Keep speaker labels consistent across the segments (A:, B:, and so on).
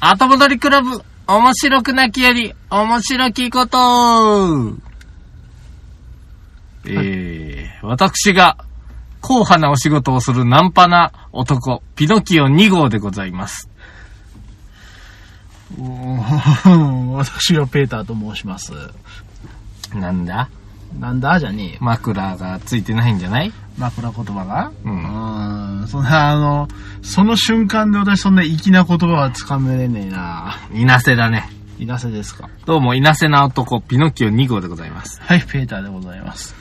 A: 後戻りクラブ、面白くなきより、面白きことえー、私が、硬派なお仕事をするナンパな男、ピノキオ2号でございます。
B: うーん私がペーターと申します。
A: なんだ
B: なんだじゃねえよ。
A: 枕がついてないんじゃない
B: 枕言葉が
A: う。
B: うんーん、そんな、あの、その瞬間で私そんな粋な言葉はつかめれねえな。
A: いなせだね。
B: いなせですか。
A: どうも、いなせな男、ピノキオ2号でございます。
B: はい、ペーターでございます。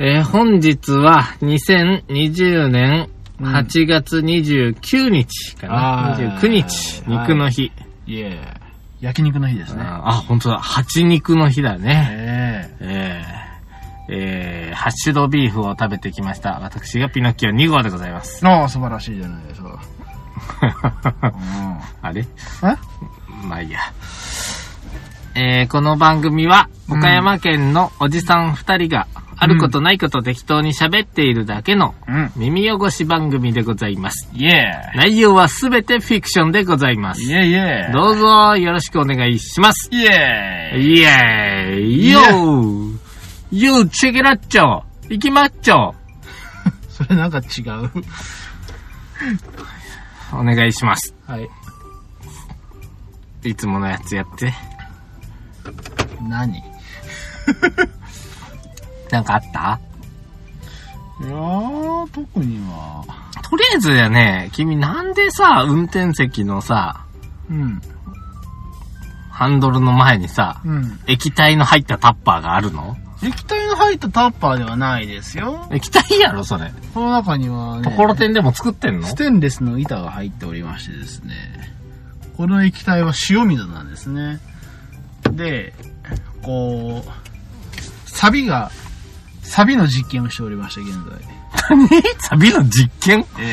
A: えー本日は2020年
B: うん
A: 8月29日かな、
B: あー
A: ?29 日、
B: はい
A: 肉の日。
B: いえ、焼肉の日ですね。
A: あー、本当だ。蜂肉の日だね。
B: え
A: えーえーハッシュドビーフを食べてきました。私がピノキオ2号でございます。
B: えああ、素晴らしいじゃないですか。うん。
A: あれ
B: え
A: まあいいや。えーこの番組は、
B: うん
A: 岡山県のおじさん2人が、あることないこと適当に喋っているだけの、
B: うん。
A: 耳汚し番組でございます。
B: イエ
A: 内容はすべてフィクションでございま
B: ー
A: す。
B: イエーイエー
A: どうぞよろしくお願いします。
B: イエーイ
A: イエーイ
B: イエ
A: よーよーチェケラッチョ行きまっちょ
B: それなんか違う。
A: お願いします。
B: はい。
A: いつものやつやって。
B: 何い
A: なんかあった
B: やー、特には。
A: とりあえずやね、君なんでさ、運転席のさ、
B: うん。
A: ハンドルの前にさ、
B: うん。
A: 液体の入ったタッパーがあるの
B: 液体の入ったタッパーではないですよ。
A: 液体やろ、それ。
B: この中にはね、
A: ところてんでも作ってんの
B: ステンレスの板が入っておりましてですね、この液体は塩水なんですね。で、こう、サビが、サビの実験をしておりました、現在。
A: 何サビの実験
B: え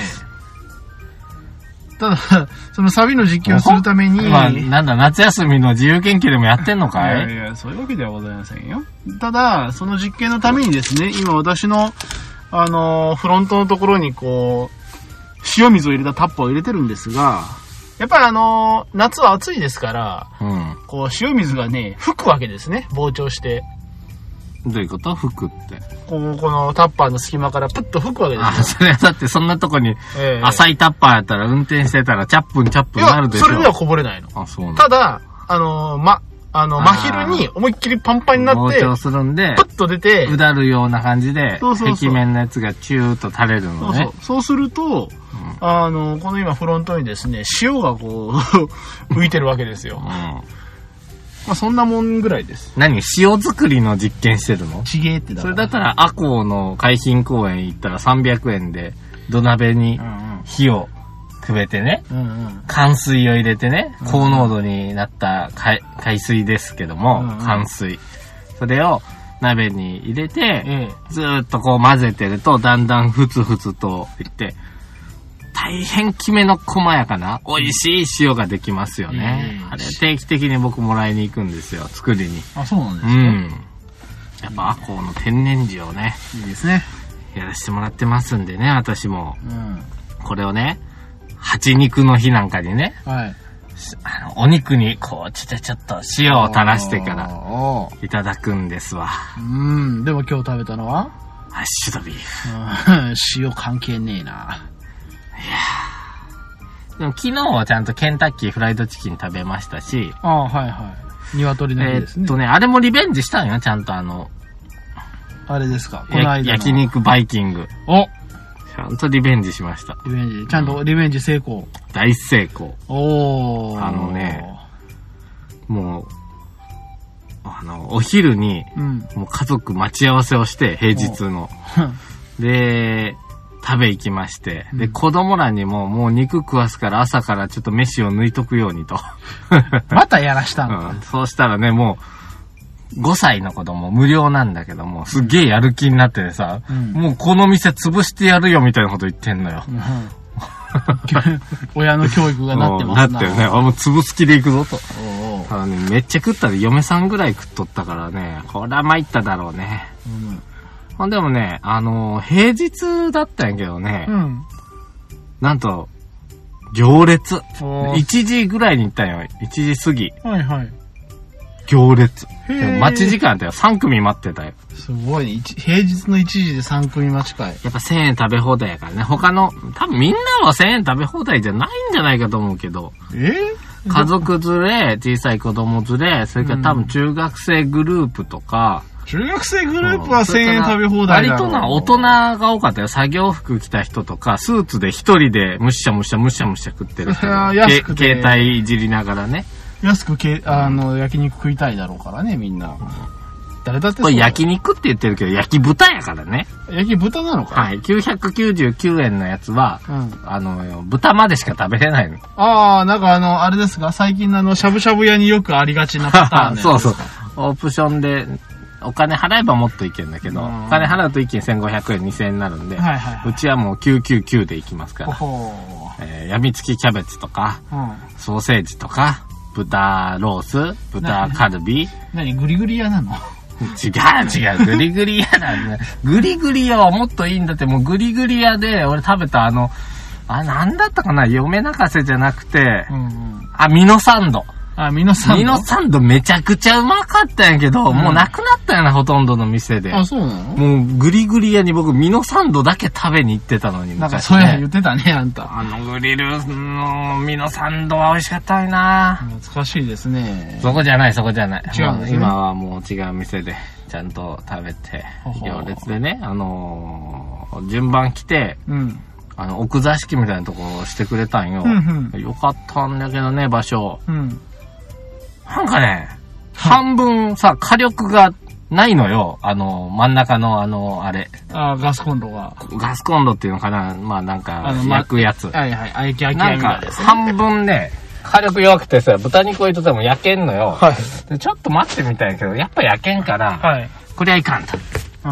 B: え。ただ、そのサビの実験をするために、
A: まあ、なんだ、夏休みの自由研究でもやってんのかい
B: いやいや、そういうわけではございませんよ。ただ、その実験のためにですね、今私の、あのーフロントのところにこう、塩水を入れたタッパーを入れてるんですが、やっぱりあのー夏は暑いですから、
A: うん。
B: こう、塩水がね、吹くわけですね、膨張して。
A: どういうこと服って。
B: こう、このタッパーの隙間からプッと吹くわけです
A: あ、それはだってそんなとこに
B: よ。ええ
A: 浅いタッパーやったら運転してたらチャップンチャップ
B: い
A: ンなる
B: や、
A: でしょ。
B: それではこぼれないの。
A: あ、そうなんだ。
B: ただ、あのーま、あの、
A: あー
B: 真昼に思いっきりパンパンになって
A: 膨、張するんで
B: プ、ッと出て、
A: うだるような感じで、
B: そうそうそう
A: 壁面のやつがチューッと垂れる
B: そ
A: の
B: う
A: ね
B: そう。。そうすると、あの、この今フロントにですね、塩がこう、浮いてるわけですよ。
A: う
B: ま
A: ん。
B: あそんなもんぐらいです。
A: 何塩作りの実験してるの
B: ちげえってだ
A: それだったら、アコウの海浜公園行ったら300円で土鍋に
B: う
A: 火をくべてね、
B: んうん。うんうん。
A: 寒水を入れてね、高濃度になった海海水ですけども、
B: うんうん
A: 寒水。それを鍋に入れて、
B: ええ。
A: ずーっとこう混ぜてると、だんだんふつふつといって、大変きめの細やかな、美味しい塩ができますよね。
B: うん
A: あれ定期的に僕もらいに行くんですよ、作りに。
B: あ、そうなんで
A: う
B: すね。
A: ん。やっぱアコウの天然塩をね、
B: いいですね。
A: やらせてもらってますんでね、私も。
B: うん。
A: これをね、蜂肉の日なんかにね、
B: はい。
A: あの、お肉に、こう、ちょちょちょっと塩を垂らしてか
B: あ
A: ら、
B: ー。
A: いただくんですわ。
B: うん。でも今日食べたのは、
A: ハッシュドビーフ。
B: うん、 塩関係ねえな。
A: でも昨日はちゃんとケンタッキーフライドチキン食べましたし、
B: ああ、はいはい。鶏の
A: え
B: 日です
A: ーっ
B: ね。
A: とね、あれもリベンジしたんよ、ちゃんとあの、
B: あれですか。この
A: や
B: 間の。
A: 焼。肉バイキング。
B: お
A: ちゃんとリベンジしました。
B: リベンジ。ちゃんとリベンジ成功。
A: 大成功。
B: おー。
A: あのね。もう、あの、お昼に、
B: うん。
A: もう家族待ち合わせをして、平日の。で、食べ行きまして。で、
B: うん
A: 子供らにももう肉食わすから朝からちょっと飯を抜いとくよう にと。
B: またやらしたの、
A: うん、そうしたらね、もう、5歳の子供無料なんだけども、すっげえやる気になっててさ、
B: うん
A: もうこの店潰してやるよみたいなこと言ってんのよ。
B: うん 親の教育がなってますな。
A: うんなってるね。あ、もう潰す気で行くぞと。
B: おうおう
A: ただね、めっちゃ食ったら嫁さんぐらい食っとったからね、これは参っただろうね。ほんでもね、あのー平日だったんやけどね、
B: うん。
A: なんと、行列。
B: おー
A: 1時ぐらいに行ったんよ。1時過ぎ。
B: はいはい。
A: 行列。
B: へー
A: でも待ち時間だったよ。3組待ってたよ。
B: すごいね。一平日の1時で3組待ち会。
A: やっぱ1000円食べ放題やからね。他の、多分みんなは1000円食べ放題じゃないんじゃないかと思うけど、
B: えー
A: 家族連れ、小さい子供連れ、それから多分中学生グループとか、
B: 中学生グ
A: グ
B: ループは1000円食べ放題
A: 割
B: だろ
A: と
B: う
A: な、大人が多かったよ。作業服着た人とか、スーツで一人でむしゃむしゃむしゃむしゃ食ってる人
B: いやー安く
A: け
B: て
A: 携帯いじりながらね。
B: 安くけ、あの、焼肉食いたいだろうからね、みんな。誰だって
A: こ
B: そう
A: れ
B: だよ
A: 焼肉って言ってるけど、焼き豚やからね。
B: 焼き豚なのか。
A: はい。999円のやつは、
B: うん。
A: あの、豚までしか食べれないの。
B: ああ、なんかあの、あれですが、最近のあの、しゃぶしゃぶ屋によくありがちな パターンね。
A: そうそう。オプションで、お金払えばもっといけるんだけど、
B: うん
A: お金払うと一気に1500円、2000円になるんで、
B: はいはいはいう
A: ちはもう999でいきますか
B: ほ
A: ら、
B: ほ
A: えー、やみつきキャベツとか、
B: ー。うん。
A: ソーセージとか、豚ロース、豚カルビ、違
B: 何グリグリ屋なの
A: う違う、グリグリ屋なんだ。グリグリ屋はもっといいんだって、もうグリグリ屋で俺食べたあの、あ、なんだったかな嫁泣かせじゃなくて、
B: んうん。
A: あ、ミノサンド。
B: あ、ミノさん。
A: ミノサンドめちゃくちゃうまかったんやけど、
B: ん
A: もうなくなったよな、ほとんどの店で。
B: あ、そうなの
A: もう、グリグリ屋に僕、ミノサンドだけ食べに行ってたのに、
B: なんか、
A: 昔
B: そうや言
A: ね
B: っ。てたね、あんた。
A: あのグリルのミノサンドは美味しかったよな。
B: 懐かしいですね。
A: そこじゃない、そこじゃない。
B: 違うんですね
A: 今はもう違う店で、ちゃんと食べて
B: ほ、ほ
A: 行列でね、あのー順番来て、
B: うん。
A: あの、奥座敷みたいなとこをしてくれたんよ。
B: うんう
A: よかったんだけどね、場所。
B: うん。
A: なんかね、半分さ、火力がないのよ。あの、真ん中のあの、あれ、
B: あーガスコンロが。
A: ガスコンロっていうのかなまあなん
B: あ
A: か
B: の、ま
A: 焼くやつ。
B: はいはい、あいきあき
A: な
B: あ
A: ん
B: み
A: か
B: たい、ですね。
A: 半分ね、火力弱くてさ、豚肉置いとっても焼けんのよ。
B: はい。
A: でちょっと待ってみたいけど、やっぱ焼けんから、
B: はい。
A: これはいかんと。
B: う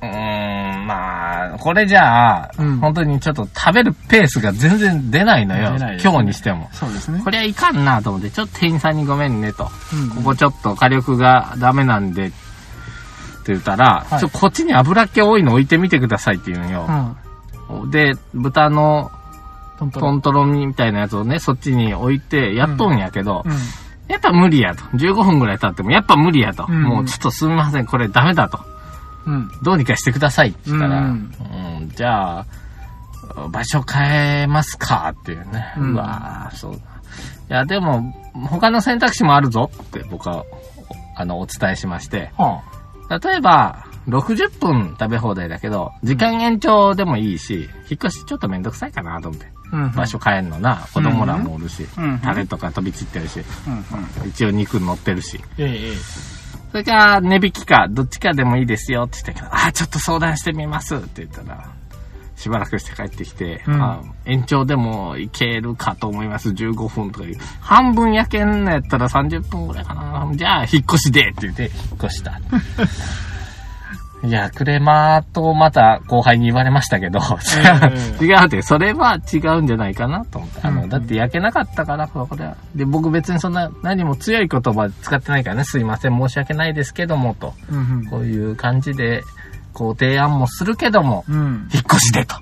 A: うーん、まあ、これじゃあ、
B: うん
A: 本当にちょっと食べるペースが全然出ないのよ。
B: 出ないですね
A: 今日にしても
B: ん。。そうですね
A: こ。れはいかんなと思って、ちょっと店員さんにごめんねと。
B: うん
A: ここちょっと火力がダメなんで、って言ったら、
B: はい
A: ちょ、こっちに油っ気多いの置いてみてくださいって言うんよ。
B: ん。
A: で、豚の
B: トント
A: ト
B: ロ。
A: ントロみたいなやつをね、そっちに置いてやっとんやけど、
B: うん。
A: やっぱ無理やと。15分ぐらい経ってもやっぱ無理やと。
B: うん
A: もうちょっとすみません、これダメだと。
B: うん。
A: どうにかしてくださいって言ったら、
B: う
A: うんん、じゃあ、場所変えますかっていうね。
B: う
A: うんわぁ、そうだ。いや、でも、他の選択肢もあるぞって僕は、あの、お伝えしまして。
B: は
A: 例えば、60分食べ放題だけど、時間延長でもいいし、引っ越しちょっとめんどくさいかなと思って。
B: あ。うん。
A: 場所変えんのな、子供らもおるし、
B: うん
A: タレとか飛び散ってるし、
B: うんうん。
A: 一応肉乗ってるし。
B: ええ、え
A: それから、値引きか、どっちかでもいいですよって言ったけど、あ、ちょっと相談してみますって言ったら、しばらくして帰ってきて、
B: うん
A: あ延長でもいけるかと思います、15分とかいう。半分焼けんのやったら30分ぐらいかな。じゃあ、引っ越しでって言って、引っ越した。いや、クレマーとまた後輩に言われましたけど、違う、違うって、それは違うんじゃないかなと思って。あ
B: う
A: の、
B: ん
A: だって焼けなかったから、これは。で、僕別にそんな何も強い言葉使ってないからね、すいません、申し訳ないですけども、と。
B: え。うん
A: こういう感じで、こう提案もするけども、
B: うん。うん。
A: 引っ越しでと。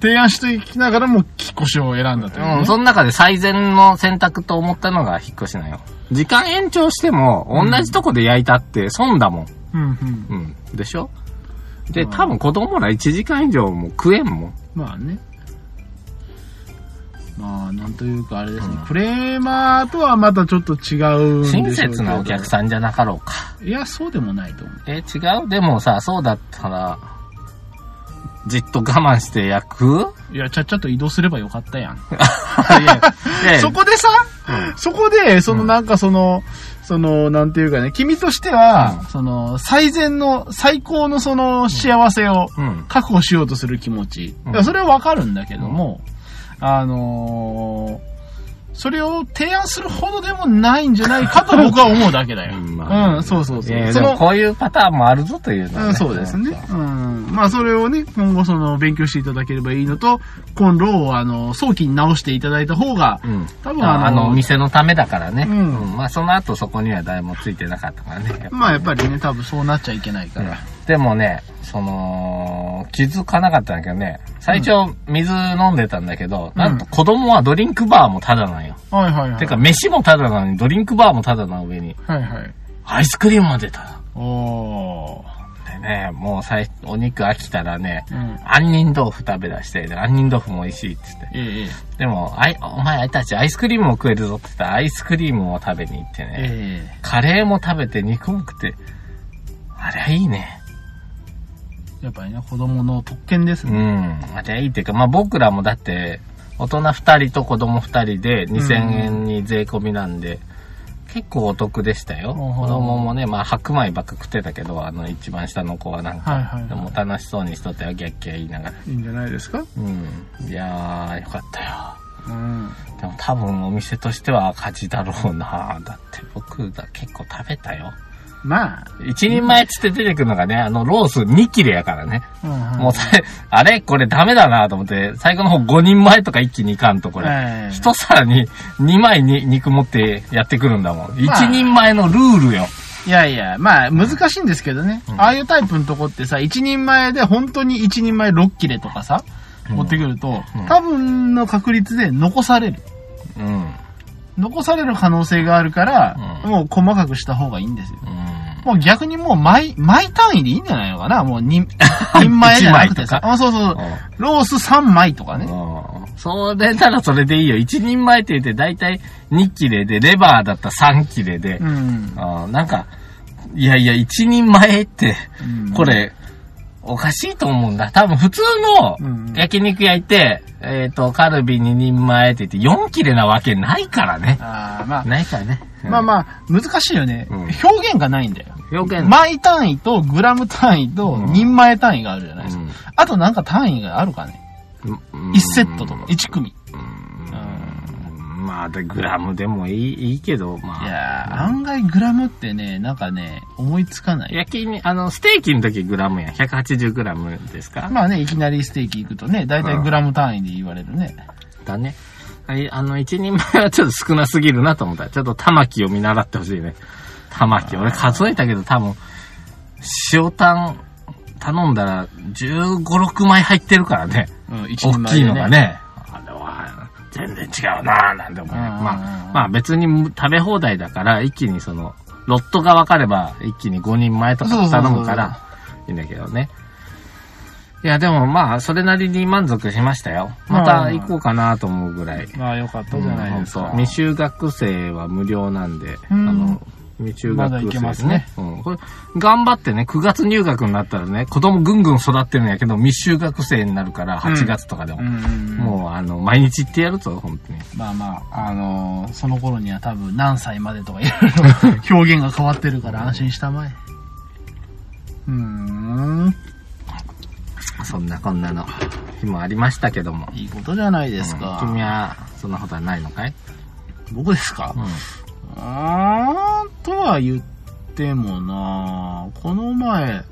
B: 提案していきながらも、引っ越しを選んだというね。
A: うん、その中で最善の選択と思ったのが引っ越しなんよ。時間延長しても、同じとこで焼いたって損だもん。
B: うんうん。
A: うん。でしょで、多分子供ら1時間以上も食えんもん。
B: まあね。まあ、なんというかあれですね。クレーマーとはまたちょっと違うんでしょうけ
A: 親
B: ど。
A: 切なお客さんじゃなかろうか。
B: ん。いや、そうでもないと思う。
A: え、違うでもさ、そうだったら、じっと我慢して焼 く
B: いや、ちゃっちゃと移動すればよかったやん。
A: いやいや
B: そこでさ、そこで、そのなんかその、その、なんていうかね、君としては、
A: うん
B: その、最善の、最高のその幸せを
A: うん。
B: 確保しようとする気持ち。
A: うん
B: いやそれはわかるんだけども、あのーそれを提案するほどでもないんじゃないかと僕は思うだけだ よ。
A: うんまあ
B: うん、そうそう
A: い
B: そ。
A: やいうや
B: そ
A: でも
B: の、
A: こういうパターンもあるぞというのは、
B: うん、そうですね。うん。まあ、それをね、今後その、勉強していただければいいのと、コンロを、あの、早期に直していただいた方が、
A: うん。
B: 多分
A: あ
B: あ
A: あの、
B: の
A: お、店のためだからね。う
B: う
A: んん。まあ、その後そこには誰もついてなかったからね。
B: まあやっぱりね、多分そうなっちゃいけないから。
A: でもね、その、気づかなかったんだけどね、最初水飲んでたんだけど、
B: うん
A: なんと子供はドリンクバーもタダなんよ。
B: はいはいはい。
A: てか、飯もタダなのにドリンクバーもタダな上に、
B: はいはい。
A: アイスクリームまでタ
B: おー。
A: ダ。でね、もうさいお肉飽きたらね、
B: うん。
A: 杏仁豆腐食べ出して、で杏仁豆腐も美味しいって言って。
B: ええ
A: でも、あい、お前たちアイスクリームも食えるぞって言ったら、アイスクリームも食べに行ってね、
B: え
A: カレーも食べて肉も食って、あれはいいね。
B: えやっぱりね、子供の特権です
A: う
B: ね。
A: ん、あれはいいっていうか、まあ僕らもだって、大人2人と子供2人で2000円に税込みなんで、結構お得でしたよ。
B: ほうほう
A: 子供もね、まあ白米ばっか食ってたけど、あの一番下の子はなんか、
B: はいはいはい
A: でも楽しそうにしとったよ、ギャッギャ言いながら。
B: いいんじゃないですか
A: うん、いやー、よかったよ。
B: うん。
A: でも多分お店としては赤字だろうなだって僕だ結構食べたよ。
B: まあ、
A: 一人前っつって出てくるのがね、あのロース2切れやからね。
B: うんはい
A: もうさ、あれこれダメだなと思って、最後の方5人前とか一気にいかんとこれ。
B: ええ
A: 一皿に2枚に肉持ってやってくるんだもん。一
B: まあ
A: 人前のルールよ。
B: いやいや、まあ、難しいんですけどね。
A: うん
B: ああいうタイプのとこってさ、一人前で本当に一人前6切れとかさ、
A: うん
B: 持ってくると、
A: うん
B: 多分の確率で残される。
A: うん。うん。
B: 残される可能性があるから、
A: うん
B: もう細かくした方がいいんですよ。もう逆にもう毎、毎単位でいいんじゃないのかなもう2、人 前じゃなくてさ。
A: 一枚とか
B: あそうそうそう。ロース3枚とかね。
A: うんそれならそれでいいよ。一人前って言って大体2切れで、レバーだったら3切れで
B: う、ん。
A: あーなんか、いやいや、一人前って、
B: うん
A: こ。れ、おかしいと思うんだ。多分普通
B: うんうん
A: の焼肉焼いて、えっ、と、カルビ2人前って言って4切れなわけないからね。
B: ああ、まあ、
A: ないからね。
B: まあまあ、難しいよね。
A: うん
B: 表現がないんだよ。
A: あ、表現。
B: 枚単位とグラム単位と
A: うん
B: 人前単位があるじゃないですか。
A: う
B: あとなんか単位があるかね。
A: ん
B: 1セットとか、1組。
A: うんまあ、で、グラムでもいい、いいけど、まあ。
B: いやー、案外グラムってね、なんかね、思いつかない。
A: 焼きに、あの、ステーキの時グラムや。180グラムですか
B: まあね、いきなりステーキ行くとね、だいたいグラム単位で言われるね。
A: だね。はいあの、一人前はちょっと少なすぎるなと思った。ちょっと玉木を見習ってほしいね。玉木。俺数えたけど多分、塩タン頼んだら15、6枚入ってるからね。
B: うん、一人
A: 大
B: 前
A: きい
B: で
A: のが。ね。あれは、全然違うなぁなんて思うね。
B: うん
A: まあ、まあ別に食べ放題だから、一気にその、ロットが分かれば、一気に5人前とか頼むから、いいんだけどね。いや、でもまあ、それなりに満足しましたよ。また行こうかなと思うぐらい。
B: まあよかったじゃないです
A: うん本
B: か。
A: 当未就学生は無料なんで、
B: うん
A: あの、未就学生、ね。
B: まだ行けますね
A: うん。これ、頑張ってね、9月入学になったらね、子供ぐんぐん育ってるんやけど、未就学生になるから、8月とかでも。
B: うんも
A: もう、あの、毎日行ってやるぞ、本当に。
B: う、まあまあ、あのーその頃には多分何歳までとかいろいろ表現が変わってるから安心したまえ。うーん、
A: そんなこんなの、日もありましたけども。
B: いいことじゃないです
A: うん君
B: か。
A: は、そんなことはないのかい
B: 僕ですか、
A: う
B: あーとは言ってもなこの前、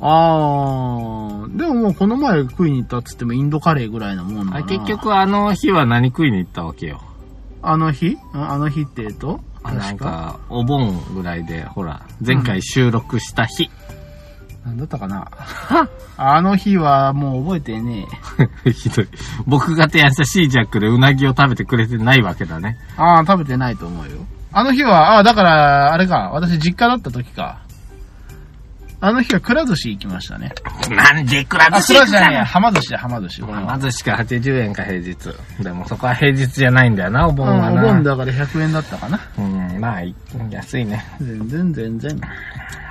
B: あー、でももうこの前食いに行ったっつってもインドカレーぐらいなもんだ
A: ん。
B: な
A: あ結、局、あの日は何食いに行ったわけよ。
B: あの日んあの日ってえっと確か
A: なんか、お盆ぐらいで、ほら、前回収録した日。
B: なんだったかな あの日はもう覚えてね え。
A: ひどい。僕が提案したシージャックでうなぎを食べてくれてないわけだね。
B: ああ、食べてないと思うよ。あの日は、ああ、だから、あれか、私実家だった時か。あの日はくら寿司行きましたね。
A: なんでくら
B: あ、
A: 寿司
B: く
A: 行
B: ら寿司
A: く
B: じゃ
A: か
B: ない、
A: な
B: はま寿司だ、はま寿司。ごめん
A: まずしか80円か平日。でもそこは平日じゃないんだよな、お盆は
B: うん
A: な。
B: お盆だから100円だったかな。
A: うん、まあ、い安いね。
B: 全然全然。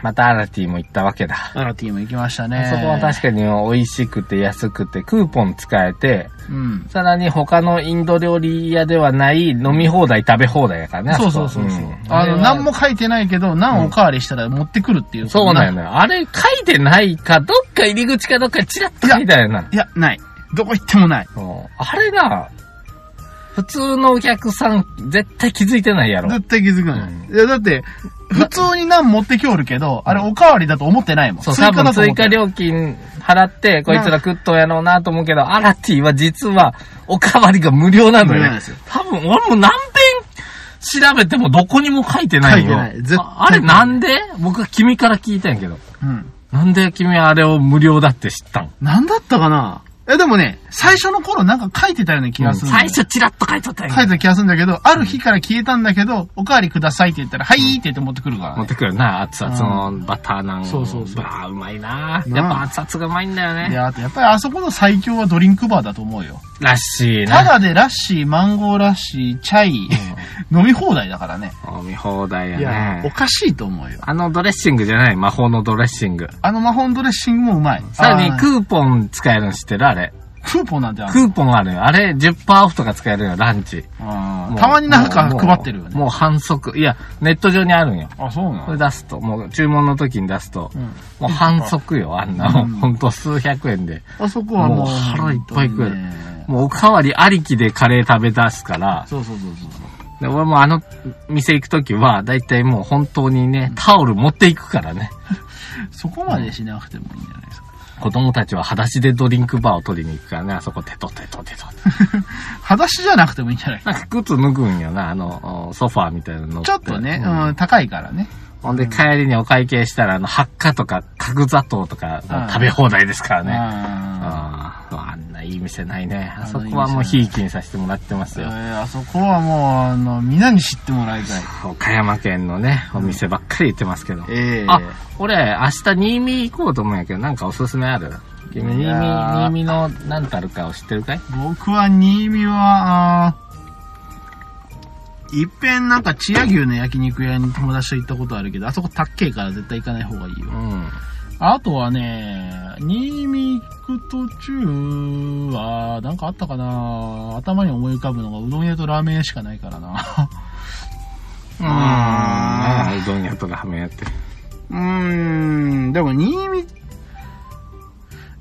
A: またアラティも行ったわけだ。
B: アラティも行きましたね。
A: そこは確かに美味しくて安くて、クーポン使えて、
B: うん。
A: さらに他のインド料理屋ではない飲み放題食べ放題やからね。
B: そうそうそうそう。あ
A: あの、
B: の、
A: なん
B: 何
A: も。
B: も書いてないけど、何おかわりしたら持ってくるっていう。
A: そうなのよ。あれ書いてないか、どっか入り口かどっかにチラッと書いたよな。
B: いや、ない。どこ行ってもない。
A: うんあれな、普通のお客さん、絶対気づいてないやろ。
B: 絶対気づかない。
A: う
B: いや、だって、普通に何持ってきおるけど、あれおかわりだと思ってないもん。
A: そう、多分
B: だと思
A: 追
B: って
A: 加
B: る。
A: 料金払って、こいつら食っとんやろうなと思うけど、アラティは実は、おかわりが無料なの
B: 無料なん
A: よ
B: ですよ。
A: 多分、俺も何遍調べてもどこにも書いてないよ。
B: 書いてない絶対
A: ああれなんで僕は君から聞いたんやけど。
B: うん。
A: なんで君はあれを無料だって知ったん
B: なんだったかなえ、でもね、最初の頃なんか書いてたような気がするんだよ、
A: 最初チラッと書いとったんや
B: 書いてた気がするんだけど、ある日から消えたんだけど、おかわりくださいって言ったら、はいって言って持ってくるから、
A: 持っ
B: ね。
A: てくるな、熱々のバターナン。
B: そうそうそう
A: バーうまいな。
B: な
A: やっぱ熱々がうまいんだよ
B: い
A: ね。
B: や、あとやっぱりあそこの最強はドリンクバーだと思うよ。
A: らしい
B: た
A: な。
B: だでラッシー、マンゴーラッシー、チャイ、飲み放題だからね。
A: 飲み放題や
B: いや、お
A: ね。
B: かしいと思うよ。
A: あのドレッシングじゃない、魔法のドレッシング。
B: あの魔法のドレッシングもうまい。
A: さらに
B: あー
A: クーポン使えるの知ってるあれ。
B: クーポンなんてある
A: クーポンあるよ。あれ10%オフとか使えるよ、ランチ。
B: あ
A: も
B: ー
A: う
B: たまになんか
A: もう
B: 配ってるよね。
A: もう反則。いや、ネット上にあるんよ。
B: あ、そう
A: それ出すと、もう注文の時に出すと、
B: ん
A: もう反則よ、あんなも
B: うん
A: ん。ほんと数百円で。
B: あそこはもう、
A: もう腹いっぱい食える
B: ね
A: もうおかわりありきでカレー食べ出すから、
B: そうそうそうそう。
A: で俺もあの店行く時は、だいたいもう本当にね、タオル持っていくからね。
B: そこまでしなくてもいいんじゃないですか。
A: 子供たちは裸足でドリンクバーを取りに行くからね、あそこテトテト テトって。
B: 裸足じゃなくてもいいんじゃない
A: なんか靴脱ぐんよな、あの、ソファーみたいなの。
B: ちょっとね、
A: う
B: うんん、高いからね。
A: ほんで帰りにお会計したら、あの、発火とか角砂糖とか
B: うん
A: 食べ放題ですからね。
B: あ
A: ああ、あんないい店ないね。あ
B: あ
A: そ
B: の
A: こはもう
B: いい店
A: ひいきにさせてもらってます
B: ーえ
A: よ。
B: ーあそこはもう、あの、皆に知ってもらいたい。
A: 岡山県のね、お店ばっかり行ってますけど。
B: ええ
A: あ、俺、明日新見行こうと思うんやけど、なんかおすすめある君、新見、
B: いやー
A: 新見の何たるかを知ってるかい
B: 僕は、新見は、あーいっぺんなんか、千屋牛の焼肉屋に友達と行ったことあるけど、あそこ高っから絶対行かない方がいいよ
A: う。ん。
B: あとはね、新見行く途中は、なんかあったかな頭に思い浮かぶのがうどん屋とラーメン屋しかないからな。
A: うん。あうどん屋とラーメン屋って。
B: うーん、でも新見、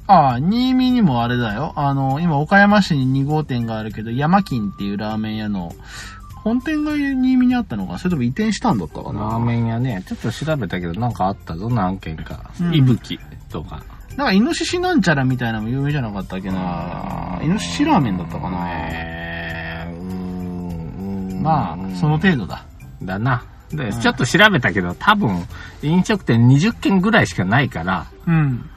B: ああ、新見にもあれだよ。あの、今岡山市に2号店があるけど、山金っていうラーメン屋の、本店が新見にあったのか、それとも移転したんだった
A: ラ
B: かな
A: ーメン屋ね、ちょっと調べたけど、なんかあったぞ、何件か。
B: うん
A: いぶきとか。
B: なんか、イノシシなんちゃらみたいなのも有名じゃなかったっけなイノシシラーメンだったかな
A: えーうーんうーん
B: まあ、その程度だ。
A: だな。で、
B: ん
A: ちょっと調べたけど、多分、飲食店20軒ぐらいしかないから、
B: うん。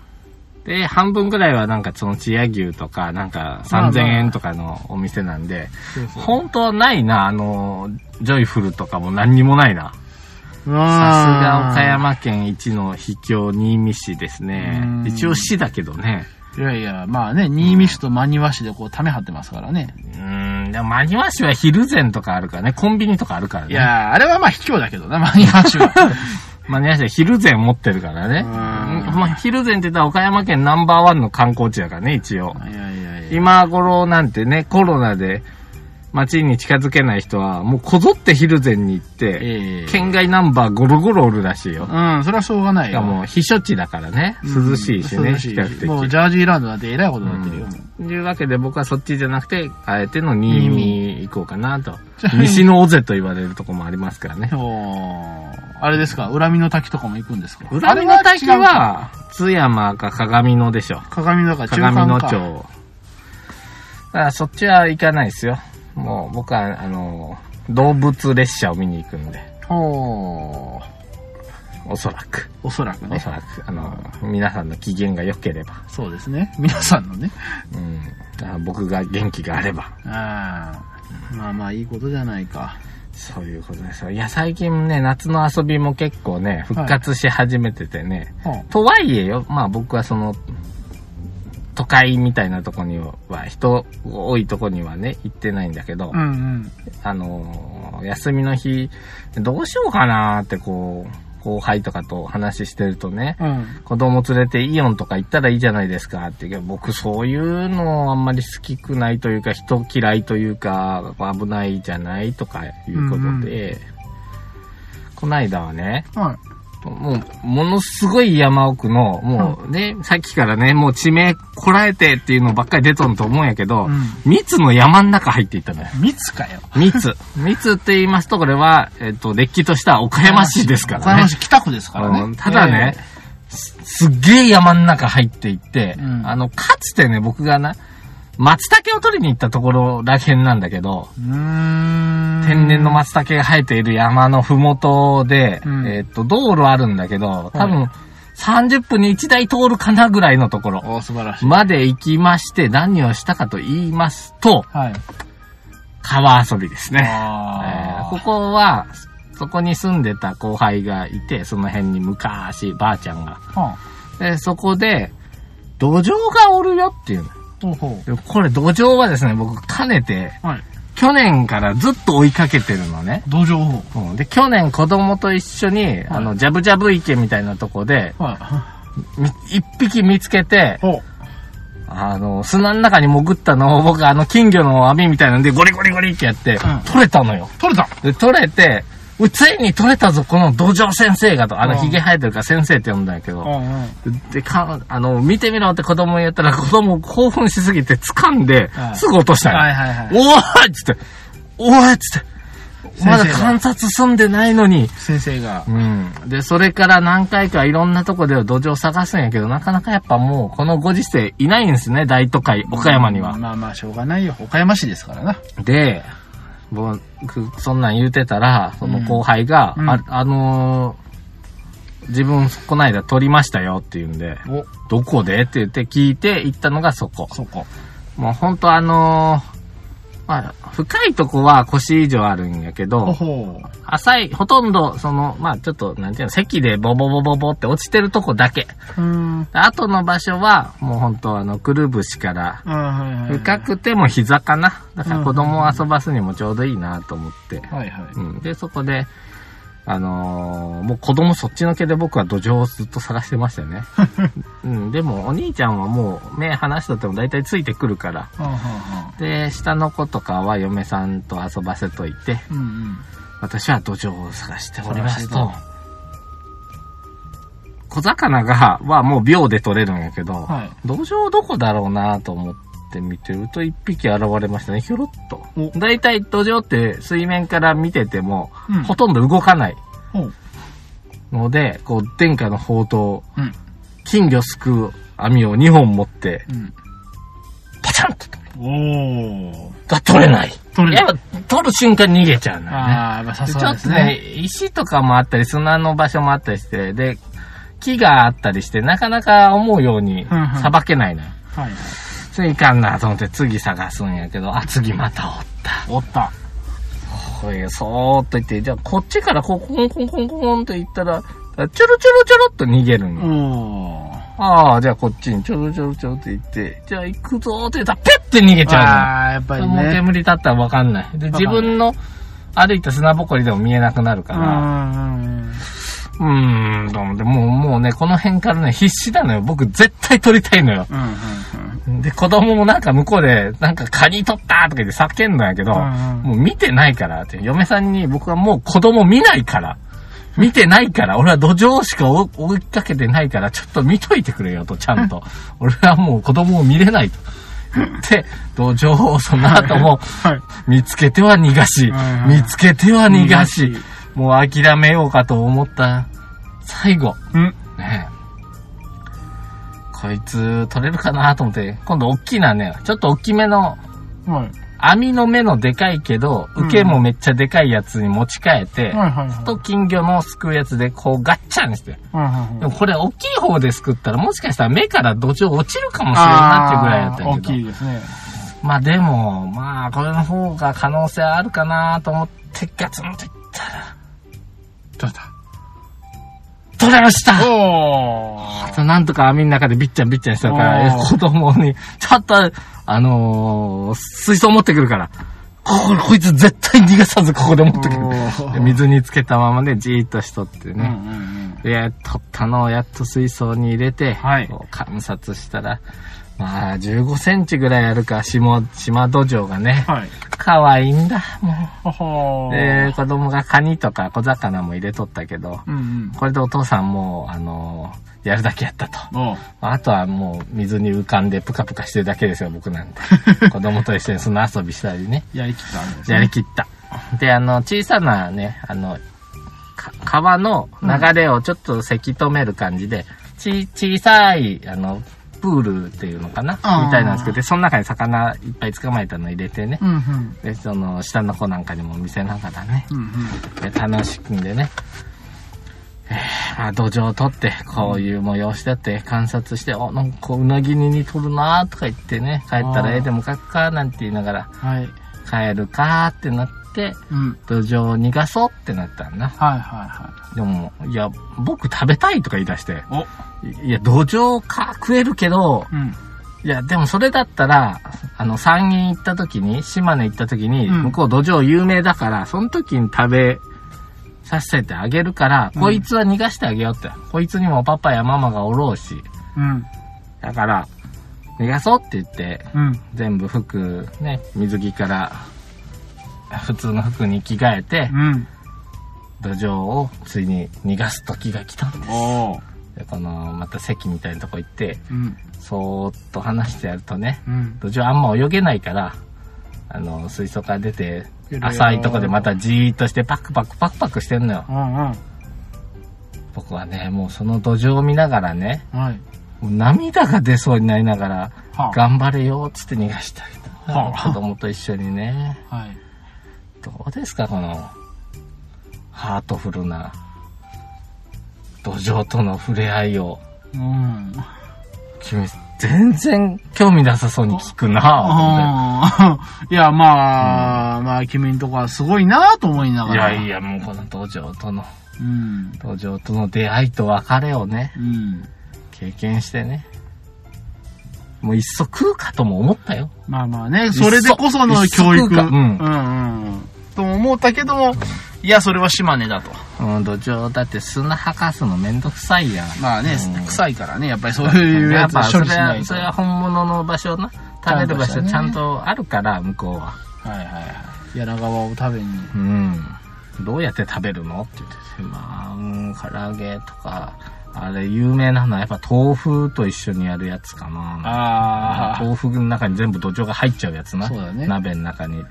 A: で、半分ぐらいはなんかその千屋牛とか、なんか3000円とかのお店なんで、
B: そうそう
A: 本当はないな、あの、ジョイフルとかも何にもないな。
B: さす
A: さすが岡。山県一の秘境新見市ですね
B: う。ん
A: 一応市だけどね。
B: いやいや、まあね、新見市と真庭市でこう、ため張ってますからね。
A: うーん、でも真庭市は昼前とかあるからね、コンビニとかあるから
B: い
A: ね。
B: やー、あれはまあ卑怯だけどな、真庭市は。
A: 真庭市は昼前持ってるからね。
B: うーん
A: まあ、昼前って言ったら岡山県ナンバーワンの観光地だからね、一応。
B: いやいやいや。
A: 今頃なんてね、コロナで街に近づけない人は、もうこぞって昼前に行って、
B: ええ
A: 県外ナンバーゴロゴロおるらしいよ。
B: うん、それはしょうがない
A: し
B: よ。
A: かも、避暑地だからね、
B: うん
A: 涼しいしね、
B: 涼
A: 比
B: し
A: 較
B: いもう
A: 的。
B: ジャージーランドなんて偉いことになってるよ。もう
A: というわけで僕はそっちじゃなくて、あえての新見行こうかなと
B: じゃ。あ
A: 西の尾瀬と言われるとこもありますからね。
B: おーあれですか恨みの滝とかも行くんですか
A: 裏見の滝
B: あれ違うか
A: は、津山か鏡野でしょ。
B: 鏡の中、中間
A: 鏡野町。
B: か
A: だからそっちは行かないですよ。もう僕は、あの、動物列車を見に行くんで、
B: おー
A: おそらく。
B: おそらく
A: お
B: ね
A: そ。らく、あの、皆さんの機嫌が良ければ、
B: そうですね。皆さんのね。
A: うん、あ僕が元気があれば、
B: あーまあまあいいことじゃないか。
A: そういうことですよ。いや、最近ね、夏の遊びも結構ね、復活し始めててね、とはいえよ、まあ僕はその、都会みたいなとこには、人多いとこにはね、行ってないんだけど、
B: うんうん。
A: あのー休みの日、どうしようかなーってこう、後輩とかと話してるとね、
B: うん。
A: 子供連れてイオンとか行ったらいいじゃないですかって言うけど、僕そういうのあんまり好きくないというか、人嫌いというか、危ないじゃないとかいうことで、こないだはね、
B: はい。
A: もう、ものすごい山奥の、もうね、さっきからね、もう地名こらえてっていうのばっかり出とんと思うんやけど、
B: うん
A: 密の山ん中入っていったのよ。
B: 密かよ。
A: 密。密って言いますと、これは、えっと、れっきとした岡山市ですからね。
B: 岡山市北区ですから
A: うん
B: ね。
A: ただね、
B: え
A: すすっげえ山ん中入っていって、
B: うん
A: あの、かつてね、僕がな、松茸を取りに行ったところらへんなんだけど、
B: え。うーん。
A: 天然の松茸が生えている山のふもとで、
B: うん
A: えっと、道路あるんだけど、多分、 30分に1台通るかなぐらいのところ
B: おー素晴らしい。
A: まで行きまして、何をしたかと言いますと、
B: はい。
A: 川遊びですね。えー
B: あ
A: ここは、そこに住んでた後輩がいて、その辺に昔、ばあちゃんが。
B: ー。は
A: で、そこで、土壌がおるよっていうの。
B: あ。ほ
A: でこれ土壌はですね、僕兼ねて、
B: う。はい。
A: 去年からずっと追いかけてるのね。
B: 土壌法。
A: うんで、去年子供と一緒に、あの、ジャブジャブ池みたいなとこで、
B: は
A: み一匹見つけて
B: い。、ほう。
A: あの、砂の中に潜ったのを僕、あの、金魚の網みたいなんで、ゴリゴリゴリってやって
B: ん、
A: 取れたのよ。
B: 取れた
A: で、取れて、うついに取れたぞ、この土壌先生がと。あの、
B: うん
A: ヒゲ生えてるから先生って呼んだんやけ
B: う
A: ど。
B: んうん。
A: で、か、あの、見てみろって子供に言ったら、子供興奮しすぎて掴んで
B: は、い
A: すぐ落としたのよ。
B: はいはいはい
A: おーっつって、おーっつって、まだ
B: 先生が
A: 観察済んでないのに、
B: 先生が。
A: うん。で、それから何回かいろんなとこで土壌探すんやけど、なかなかやっぱもうこのご時世いないんですね、大都会、岡山には。
B: まあまあ、しょうがないよ。岡山市ですからな。
A: で、僕、そんなん言うてたら、その後輩が、
B: うん
A: ああのー自分こないだ撮りましたよって言うんで、
B: お、
A: どこでって言って聞いて行ったのがそこ。
B: そこ。
A: もうほんとあのーまあ、深いとこは腰以上あるんやけ
B: ほ
A: ど、
B: ほう。
A: 浅い、ほとんど、その、まあ、ちょっと、なんていうの、席でボボボボボって落ちてるとこだけ。
B: うーん。うん、
A: あとの場所は、もう本当あの、くるぶしから、
B: はいはい。
A: 深。くても膝かな。だから子供を遊ばすにもちょうどいいなと思って。
B: はいはい。
A: うん。で、そこで、あのーもう子供そっちのけで僕は土壌をずっと探してました よね。うん。でも、お兄ちゃんはもう目離しとっても大体ついてくるから。
B: はあは
A: で、下の子とかは嫁さんと遊ばせといて、
B: あ。うんうん。
A: 私は土壌を探しておりますと
B: 探し。
A: 小魚が、はもう秒で取れるんやけど、
B: はい。
A: 土壌どこだろうなと思って見てると一匹現れましたね、ひょろっと。
B: お
A: だいたい土壌って水面から見てても、
B: うん
A: ほとんど動かない
B: ほう。
A: ので、こう、殿下の宝刀、
B: うん。
A: 金魚すくう網を2本持って、
B: うん。
A: パチャンと取る
B: おー。
A: が取れない。
B: 取れない
A: やっぱ取る瞬間逃げちゃうのよね。
B: ああ、まあさ
A: ですちょ
B: がで
A: っと
B: す
A: ね
B: ね。、
A: 石とかもあったり、砂の場所もあったりして、で、木があったりして、なかなか思うように
B: うんうん
A: さばけないのよ。
B: はいはい。
A: それいかんなと思って次探すんやけど、あ、次またおった。
B: おった。
A: これ、そーっと行って、じゃあこっちからこう、コンコンコンコンって行ったら、チョロチョロチョロっと逃げるの。
B: おー。
A: ああ、じゃあこっちにちょろちょろちょろって行って、じゃあ行くぞーって言ったら、ペッて逃げちゃ
B: ああー、やっぱ
A: う
B: り
A: の。
B: ね。
A: もう煙立ったらわかんない。で、
B: わかんない
A: 自分の歩いた砂ぼこりでも見えなくなるから、
B: うんうんうん。
A: うーん、と思って、もう、もうね、この辺からね、必死なのよ。僕絶対取りたいのよ。
B: うんうん
A: で、子供もなんか向こうで、なんかカニ取ったとか言って叫んだんやけど、
B: うんうん
A: もう見てないからって、嫁さんに僕はもう子供見ないから、見てないから、俺は土壌しか追追いかけてないから、ちょっと見といてくれよと、ちゃんと。俺はもう子供を見れないと。で、土壌をその後も、
B: はい。
A: 見つけては逃がし
B: はい、はい
A: 見つけては逃がし
B: 逃がし、
A: もう諦めようかと思った、最後。
B: うん。
A: ねえ。こいつ、取れるかなと思って、今度大きなね、ちょっと大きめの、
B: はい。
A: 網の目のでかいけど、
B: うん
A: 受けもめっちゃでかいやつに持ち替えて、
B: はいはいはい。
A: と金魚のすくうやつでこうガッチャンして。
B: うんうん
A: で
B: う
A: も
B: ん
A: これ大きい方ですくったらもしかしたら目から土壌落ちるかもしれんなっていうぐらいやったんや
B: あー
A: けど。
B: 大きいですね。
A: まあでも、まあこれの方が可能性あるかなと思ってガツンといったら、
B: 取れ
A: 取れました
B: た。おー。
A: そうなんとか網の中でビッチャンビッチャンしたか
B: お
A: ら、
B: ー
A: 子供に、ちょっと、あのー水槽持ってくるから、ここ、こいつ絶対逃がさずここで持ってく
B: お
A: る。
B: ー
A: で水につけたままでじーっとしとって
B: うん
A: ね。
B: うんうん。
A: で、取ったのをやっと水槽に入れて、
B: はい
A: こう観察したら、まあ、15センチぐらいあるか、島、島土壌がね。
B: はい。
A: 可愛いんだ、も
B: ほほ
A: う。
B: ー。
A: で、子供がカニとか小魚も入れとったけど、
B: うんうん。
A: これでお父さんもう、あのーやるだけやったと。
B: おー。
A: あとはもう水に浮かんでプカプカしてるだけですよ、僕なんて。 子供と一緒に砂遊びしたりね。
B: やりきったわけですね。
A: やりきった。で、あの、小さなね、あの、か川の流れをちょっとせき止める感じで、ち、小さい、あの、プールっていうのかなみ
B: あー
A: たいなんですけど、でその中に魚いっぱい捕まえたの入れてね。
B: うんうん。
A: で、その、下の子なんかにも見せながらね。
B: うんうん。
A: で楽しんでね。まあ、土壌を取って、こういう催しだって観察して、お、なんかうなぎに似とるなとか言ってね、帰った
B: あ
A: ら
B: ー
A: 絵でも描くか、なんて言いながら、
B: はい。
A: 帰るかってなって、
B: うん。
A: 土壌を逃がそうってなったんだ。
B: はいは
A: でも、いや、僕食べたいとか言い出して、
B: いはい。
A: いいや、土壌か、食えるけど、
B: お。うん。
A: いや、でもそれだったら、あの、山陰行った時に、島根行った時に、
B: うん
A: 向こう土壌有名だから、その時に食べさせてあげるから、
B: うん
A: こいつは逃がしてあげようって。こいつにもパパやママがおろうし。
B: うん。
A: だから、逃がそうって言って、
B: うん。
A: 全部服、ね、水着から、普通の服に着替えて、
B: うん。
A: 土壌をついに逃がす時が来たんです。
B: おお。
A: で、この、また席みたいなとこ行って、
B: うん。
A: そーっと話してやるとね、
B: うん。
A: 土壌あんま泳げないから、あの、水槽から出て
B: いる、よ
A: 浅いとこでまたじーっとしてパクパクパクパクしてんのよ
B: う。んうん。
A: 僕はね、もうその土壌を見ながらね、
B: はい。
A: もう涙が出そうになりながら、
B: は
A: 頑張れよ、つって逃がしてあげた。
B: は
A: 子
B: あ
A: 供と一緒にね。
B: あ。はい。
A: どうですか、この、ハートフルな、土壌との触れ合いを。
B: うん。
A: 君、全然興味なさそうに聞くなぁ
B: あ あ。いや、まあ、まあ、君んとこはすごいなと思いな
A: 思っ
B: が
A: て。い
B: ら。
A: やいや、もうこの土壌との、
B: うん。
A: 土壌との出会いと別れをね、
B: うん。
A: 経験してね。もういっそ食うかとも思ったよ。
B: まあまあね、それでこその
A: 一足
B: 教
A: 一
B: 育。
A: 足かうん
B: うんうん。と思ったけども、いや、それは島根だと。
A: うん、土壌だって砂吐かすのめんどくさいやん。
B: まあね、
A: うん
B: 臭いからね、やっぱりそういうやつ
A: ま
B: は
A: あ
B: 処
A: そ
B: 理
A: れ
B: しない
A: は、
B: と。
A: それは本物の場所な。食べる場所ちゃんとあるから、向こうは。
B: はいはいはい。柳川を食べに。
A: うん。どうやって食べるのって言ってて、まあ、うん、唐揚げとか、あれ、有名なのはやっぱ豆腐と一緒にやるやつかな。
B: あ
A: 豆腐の中に全部土壌が入っちゃうやつな。
B: そうだね
A: 鍋の中に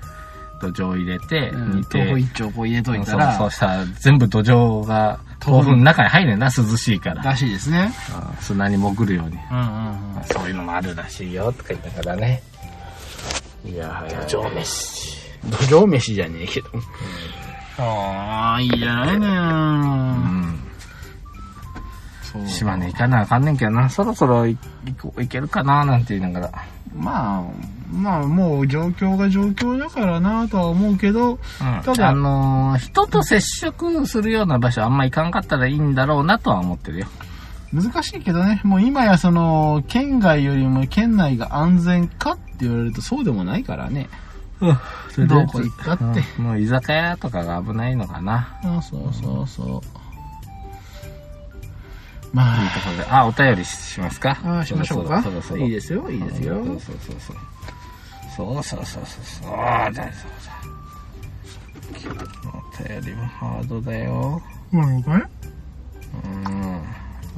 A: 土壌を入れて、
B: うん
A: 煮て。
B: 豆腐一丁こう入れといたら、
A: そうそうしたら、全部土壌が豆腐の中に入るんな、涼しいから。
B: らしいですね。
A: うん砂に潜るように。
B: うんうんうん。
A: そういうのもあるらしいよ、とか言ったからね。いやー、土壌飯。
B: 土壌飯じゃねえけど。ああ、いいじゃない
A: うん
B: ね。そう
A: 島根行かなあかんねんけどな、そろそろい行こ行けるかななんて言いながら。
B: まあ、まあもう状況が状況だからなとは思うけど、ただ
A: あのー人と接触するような場所あんま行かんかったらいいんだろうなとは思ってるよ。
B: 難しいけどね、もう今やその、県外よりも県内が安全かって言われるとそうでもないからね。
A: うん
B: どこ行ったって。
A: もう居酒屋とかが危ないのかな。
B: あそうそうそう。ま
A: いい
B: あ、
A: ところで。あ、お便りしますか
B: ああしましょうか
A: そろそろそろそろ
B: いいですよ、いいですよ。
A: そうそうそうそう。そうそうそうそう。ああ、だそうそう。お便りも ハードだよ。
B: まあ、これ
A: うん。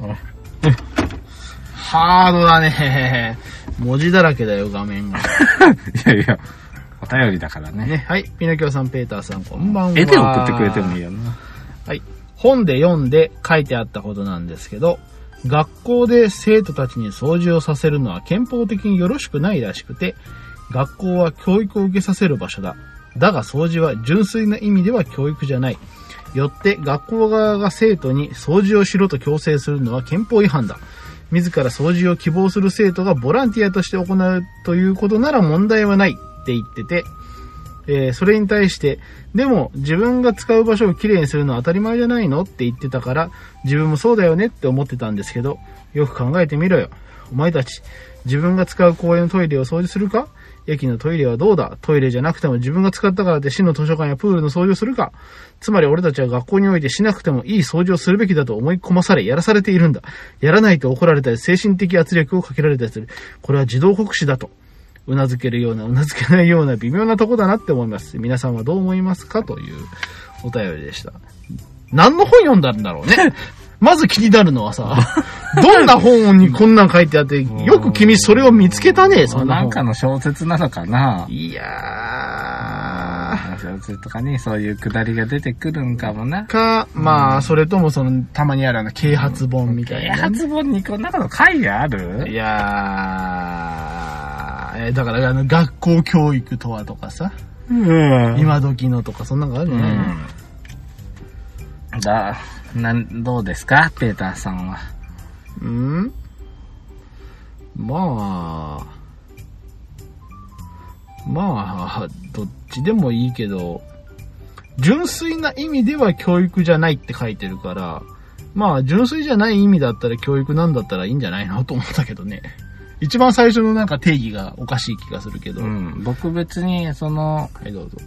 A: ほら。
B: ハードだね。文字だらけだよ、画面が。
A: いやいや、お便りだからね。
B: ね、はい。ピノキオさん、ペーターさん、こんばんは。
A: 絵で送ってくれてもいいよな。
B: はい。本で読んで書いてあったことなんですけど、学校で生徒たちに掃除をさせるのは憲法的によろしくないらしくて、学校は教育を受けさせる場所だ。だが掃除は純粋な意味では教育じゃない。よって学校側が生徒に掃除をしろと強制するのは憲法違反だ。自ら掃除を希望する生徒がボランティアとして行うということなら問題はないって言ってて、えーそれに対して、でも自分が使う場所をきれいにするのは当たり前じゃないのって言ってたから、自分もそうだよねって思ってたんですけど、よく考えてみろよ。お前たち、自分が使う公園のトイレを掃除するか駅のトイレはどうだトイレじゃなくても自分が使ったからって市の図書館やプールの掃除をするかつまり俺たちは学校においてしなくてもいい掃除をするべきだと思い込まされ、やらされているんだ。やらないと怒られたり、精神的圧力をかけられたりする。これは児童福祉だと。うなずけるような、うなずけないような微妙なとこだなって思います。皆さんはどう思いますかというお便りでした。何の本読んだんだろ うね。まず気になるのはさ、どんな本にこんなん書いて あって、よく君それを見つけたね、そんな
A: な
B: 本。
A: んかの小説なのかない
B: やー。
A: 小説とかにそういうくだりが出てくるんかもな。
B: か、まあ、それともその、たまにあるあの、啓発本みたい
A: 啓
B: な。
A: 発本にこんなこと書いてあ
B: い
A: る
B: やー、えだから、あの、学校教育とはとかさ、
A: うん。
B: 今時のとか、そんなのがある
A: う
B: ね。
A: ん。だ、なん、どうですかペーターさんは。
B: うん
A: まあ、
B: まあ、どっちでもいいけど、純粋な意味では教育じゃないって書いてるから、まあ、純粋じゃない意味だったら教育なんだったらいいんじゃないのと思ったけどね。一番最初のなんか定義がおかしい気がするけど。
A: うん、僕別に、その、
B: はい、どうぞ。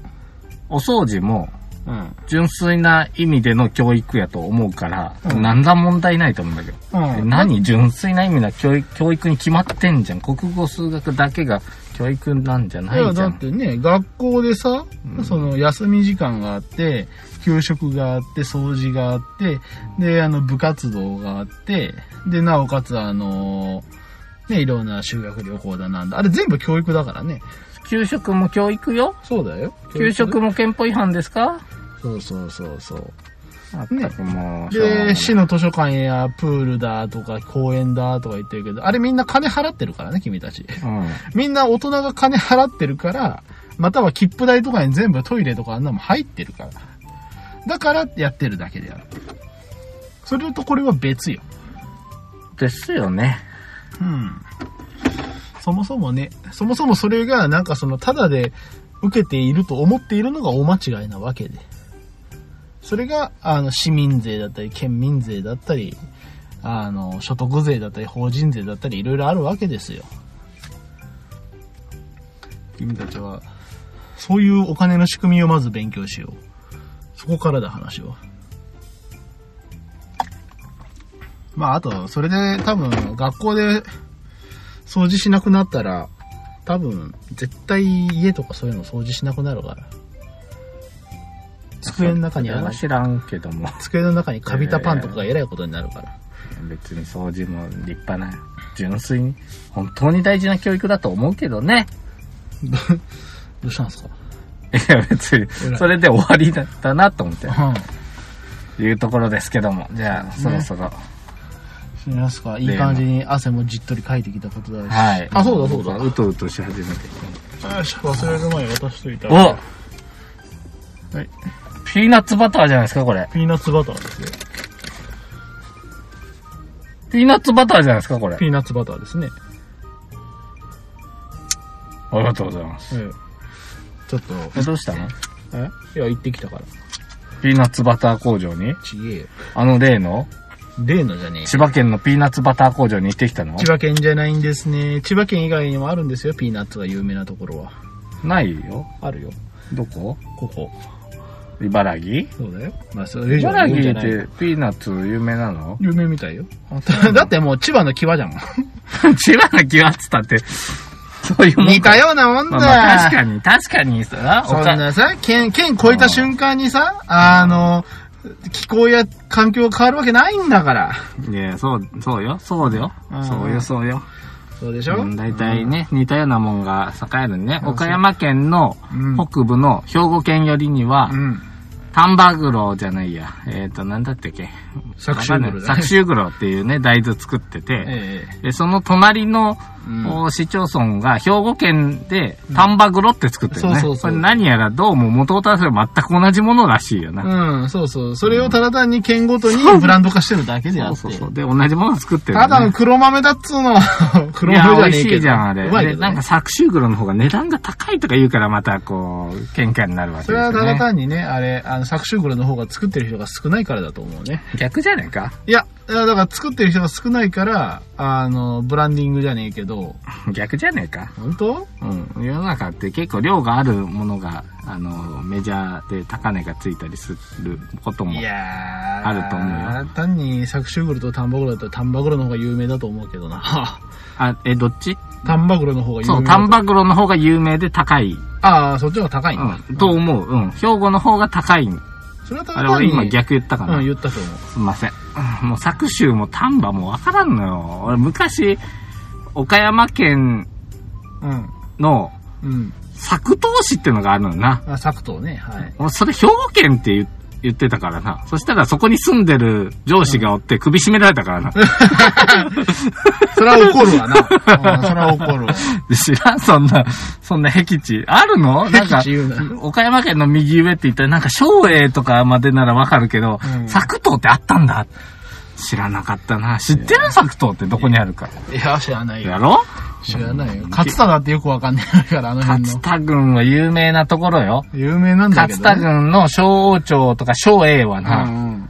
A: お掃除も、
B: うん。
A: 純粋な意味での教育やと思うから、
B: うん
A: なんだ問題ないと思うんだけど。
B: うん
A: 何純粋な意味の教育教育に決まってんじゃん。国語数学だけが教育なんじゃないい
B: や、
A: じ
B: だ
A: ゃ
B: っ
A: ん。
B: てね、学校でさ、その休み時間があって、給食があって、掃除があって、で、あの、部活動があって、で、なおかつ、あの、ね、いろんな修学旅行だなんだ。あれ全部教育だからね。
A: 給食も教育よ
B: そうだよ。
A: 給食も憲法違反ですか
B: そうそうそうそう。
A: まったくもう、しょうもな
B: で、
A: い
B: 市の図書館やプールだとか公園だとか言ってるけど、あれみんな金払ってるからね、君たち。
A: うん。
B: みんな大人が金払ってるから、または切符代とかに全部トイレとかあんなもん入ってるから。だからやってるだけである。それとこれは別よ。
A: ですよね。
B: うん。そもそもね、そもそもそれがなんかそのただで受けていると思っているのがお間違いなわけで。それが、あの、市民税だったり、県民税だったり、あの、所得税だったり、法人税だったり、いろいろあるわけですよ。君たちは、そういうお金の仕組みをまず勉強しよう。そこからだ、話は。まあ、あと、それで多分、学校で掃除しなくなったら、多分、絶対家とかそういうの掃除しなくなるから。机の中に
A: それ
B: あの
A: は知らんけども、
B: 机の中にカビたパンとかがえらいことになるから。
A: 別に掃除も立派な、純粋に、本当に大事な教育だと思うけどね。
B: どうしたんですか
A: いや、別に、それで終わりだったなと思って、
B: う
A: いうところですけども。じゃあ、そろそろ。
B: ん。知りますかいい感じに汗もじっとりかいてきたことだし。
A: はい。
B: あ、そうだそうだ。
A: うとうとし始めて。
B: よし、忘れる前に渡しといた。
A: お
B: はい。
A: ピーナッツバターじゃないですか、これ。
B: ピーナッツバターですね。
A: ピーナッツバターじゃないですか、これ。
B: ピーナッツバターですね。
A: ありがとうございます。
B: ええちょっと、
A: え、どうしたの
B: えいや、行ってきたから。
A: ピーナッツバター工場に
B: ちげえよ。
A: あの例の
B: 例のじゃねえ。
A: 千葉県のピーナッツバター工場に行ってきたの
B: 千葉県じゃないんですね。千葉県以外にもあるんですよ、ピーナッツが有名なところは。
A: ないよ。
B: あるよ。
A: どこ
B: ここ。
A: 茨城
B: そうだよ。まあ、それ以上
A: 茨
B: に言うんじ
A: 城っ
B: ゃない
A: てピーナッツ有名なの
B: 有名みたいよ。 だってもう千葉の際じゃ ん。
A: 千葉の際っつったって、 そういうもんか
B: 似たようなもんだ。
A: まあまあ確かに、確かにさ、
B: そん
A: おか
B: なさ、県、県越えた瞬間にさ、あの、気候や環境が変わるわけないんだから。
A: いや、そう、そうよ、そうだよ
B: うん。
A: そうよ、そうよ。
B: そうでしょ
A: うん大体ね、似たようなもんが栄えるね。岡山県の
B: うん
A: 北部の兵庫県寄りには
B: う、ん。
A: 丹波黒じゃないや。えっ、と、なんだったっけ
B: 作詞
A: わかんない作
B: 詞。
A: 州黒っていう ね、大豆作ってて、
B: ええ。
A: でその隣の、
B: うん
A: こう市町村が兵庫県で丹波黒って作ってるね。
B: そうそうそう
A: これ何やらどうも元々はそれ全く同じものらしいよな。
B: うん、そうそう。それをただ単に県ごとにブランド化してるだけであ
A: そう
B: って
A: そ。うそう。で、同じもの作ってる、ね。
B: ただの黒豆だっつうのは、黒
A: いや、美
B: 豆
A: 味
B: じゃねえけ
A: し
B: ど。
A: いじゃん、あれ。
B: うまいけ
A: で
B: どね
A: なんか、作州黒の方が値段が高いとか言うから、また、こう、喧嘩になるわけ
B: そ
A: で
B: れ
A: す
B: はた
A: よ
B: だ
A: ね。
B: 単にね、あれ、あの、作詞黒の方が作ってる人が少ないからだと思うね。
A: 逆じゃねえか
B: いや、いやだから作ってる人が少ないから、あの、ブランディングじゃねえけど、
A: 逆じゃねえか
B: 本当
A: うん。世の中って結構量があるものが、あの、メジャーで高値がついたりすることも。
B: いやー、
A: あると思う
B: 単に、作詞黒と丹波黒だったら丹波黒の方が有名だと思うけど な。
A: あ、え、どっち
B: 丹波黒の方が有名だ
A: そ
B: と
A: う、丹波黒の方が有名で高い。
B: ああ、そっちの方が高いんだ。
A: うん。と思う。うん。兵庫の方が高い。
B: それはただ
A: あ
B: 単
A: れ、
B: に
A: 俺今逆言ったかな。
B: うん、言ったと思う。
A: すいません。もう作州も丹波もわからんのよ。俺昔、岡山県
B: うん。
A: の
B: うん。
A: 作東市ってのがあるのよな。
B: あ、作東ね、はい。
A: 俺それ兵庫県って言言ってたからな。そしたらそこに住んでる上司がおって首絞められたからな。
B: それは怒るわな。 うんそれは怒るわ。
A: 知らんそんな、そんな僻地。あるのなんか
B: 僻地言うな、
A: 岡山県の右上って言ったら、なんか昭栄とかまでならわかるけど、
B: うん
A: 作東ってあったんだ。知らなかったな。知ってる作東ってどこにあるか。
B: いや、知らない
A: や
B: よ。
A: ろ
B: 知らないよ。勝田だってよくわかんないから、あの辺
A: 勝
B: の。
A: 田郡は有名なところよ。
B: 有名なんだけど、
A: 勝
B: ね。
A: 田郡の小王朝とか小栄はな、
B: うんうん。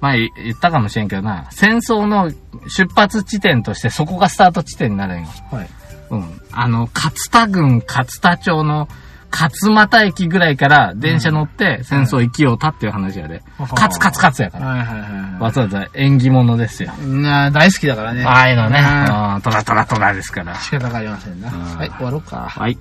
A: 前言ったかもしれんけどな、戦争の出発地点としてそこがスタート地点になるんよ。
B: はい。
A: うん。あの、勝田郡勝田町の勝俣駅ぐらいから電車乗って戦争行きようたっていう話やで。
B: うん
A: 勝つ勝つ勝つやから。
B: はいはいはいは
A: わざわざ縁起物ですよ。
B: い。なあ大好きだからね。
A: ああいうのね。
B: うん
A: うん、トラトラトラですから。
B: 仕方がありませんな。
A: ん
B: はい、終わろうか。
A: はい。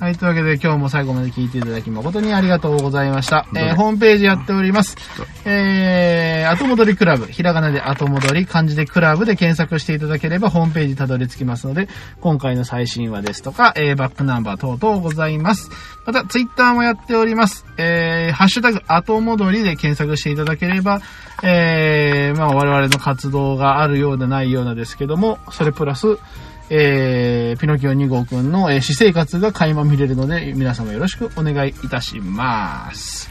B: はい、というわけで今日も最後まで聞いていただき誠にありがとうございました。
A: どう
B: え
A: ぞ
B: ーホームページやっております。えー、後戻りクラブ、ひらがなで後戻り、漢字でクラブで検索していただければホームページたどり着きますので、今回の最新話ですとか、えー、バックナンバー等々ございます。また、ツイッターもやっております。えー、ハッシュタグ後戻りで検索していただければ、えー、まあ我々の活動があるようでないようなですけども、それプラス、えー、ピノキオ2号くんの、えー私生活が垣間見れるので、皆様よろしくお願いいたします。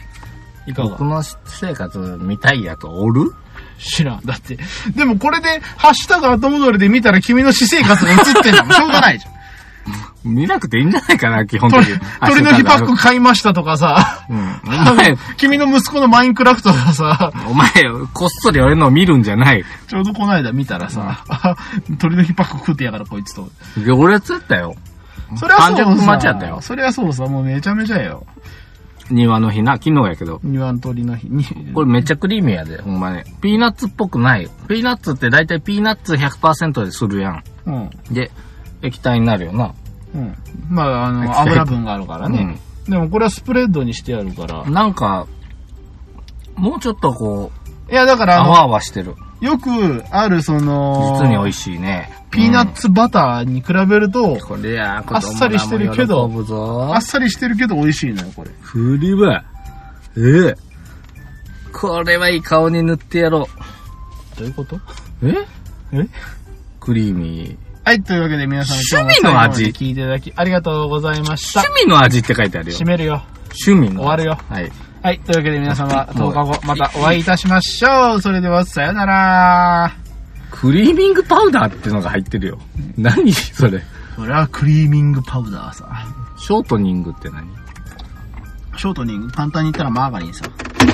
B: いか
A: 僕
B: が
A: の私生活見たいやとおる
B: 知らん。だって。でもこれで、ハッシュタグ後戻りで見たら君の私生活が映ってんだもん。しょうが ないじゃん。
A: 見なくていいんじゃないかな、基本的
B: 鳥
A: に。
B: 鳥の日パック
A: 足
B: 買いましたとかさ、
A: が歩く。うん。
B: 君の息子のマインクラフトがさ、
A: お前、お前、こっそり俺の見るんじゃない。
B: ちょうどこの間見たらさ、あ鳥の日パック食ってやがらこいつと。
A: 行列だったよ。
B: それはそ
A: 完
B: う
A: 全
B: さ。
A: に待ちやったよ
B: それはそうさ、もうめちゃめちゃよ。
A: 庭の日な、昨日やけど。
B: 庭の鳥の日に。
A: これめっちゃクリーミーやで、ほんまね。ピーナッツっぽくない。ピーナッツって大体ピーナッツ100%でするやん。
B: うん。
A: で、液体になるよな。
B: うん。まあ、あの、油分があるからね。でもこれはスプレッドにしてあるから。
A: なんか、もうちょっとこう、
B: いや、だから、
A: あ
B: あ
A: わ
B: の
A: あわしてる。
B: よくある、その、
A: 実に美味しいね。
B: ピーナッツバターに比べると、
A: これや、
B: あっさりしてるけど
A: 子供らも喜ぶぞ
B: あっさりしてるけど美味しいのよ、これ。
A: これは、ええ。これはいい顔に塗ってやろ
B: どういうこと
A: う。え
B: え
A: クリーミー。
B: はい、というわけで皆さん今
A: 趣
B: 日
A: 味の
B: も最後ま
A: 味
B: で聞いていただきありがとうございました。
A: 趣味の味って書いてあるよ
B: 締。めるよ。
A: 趣味の
B: 終わるよ。
A: はい。
B: はい、というわけで皆様、
A: もう
B: 10日後またお会いいたしましょう。それでは、さよなら。
A: クリーミングパウダーってのが入ってるよ。何それ。
B: これはクリーミングパウダーさ。
A: ショートニングって何
B: ショートに簡単に言ったらマーガリンさ。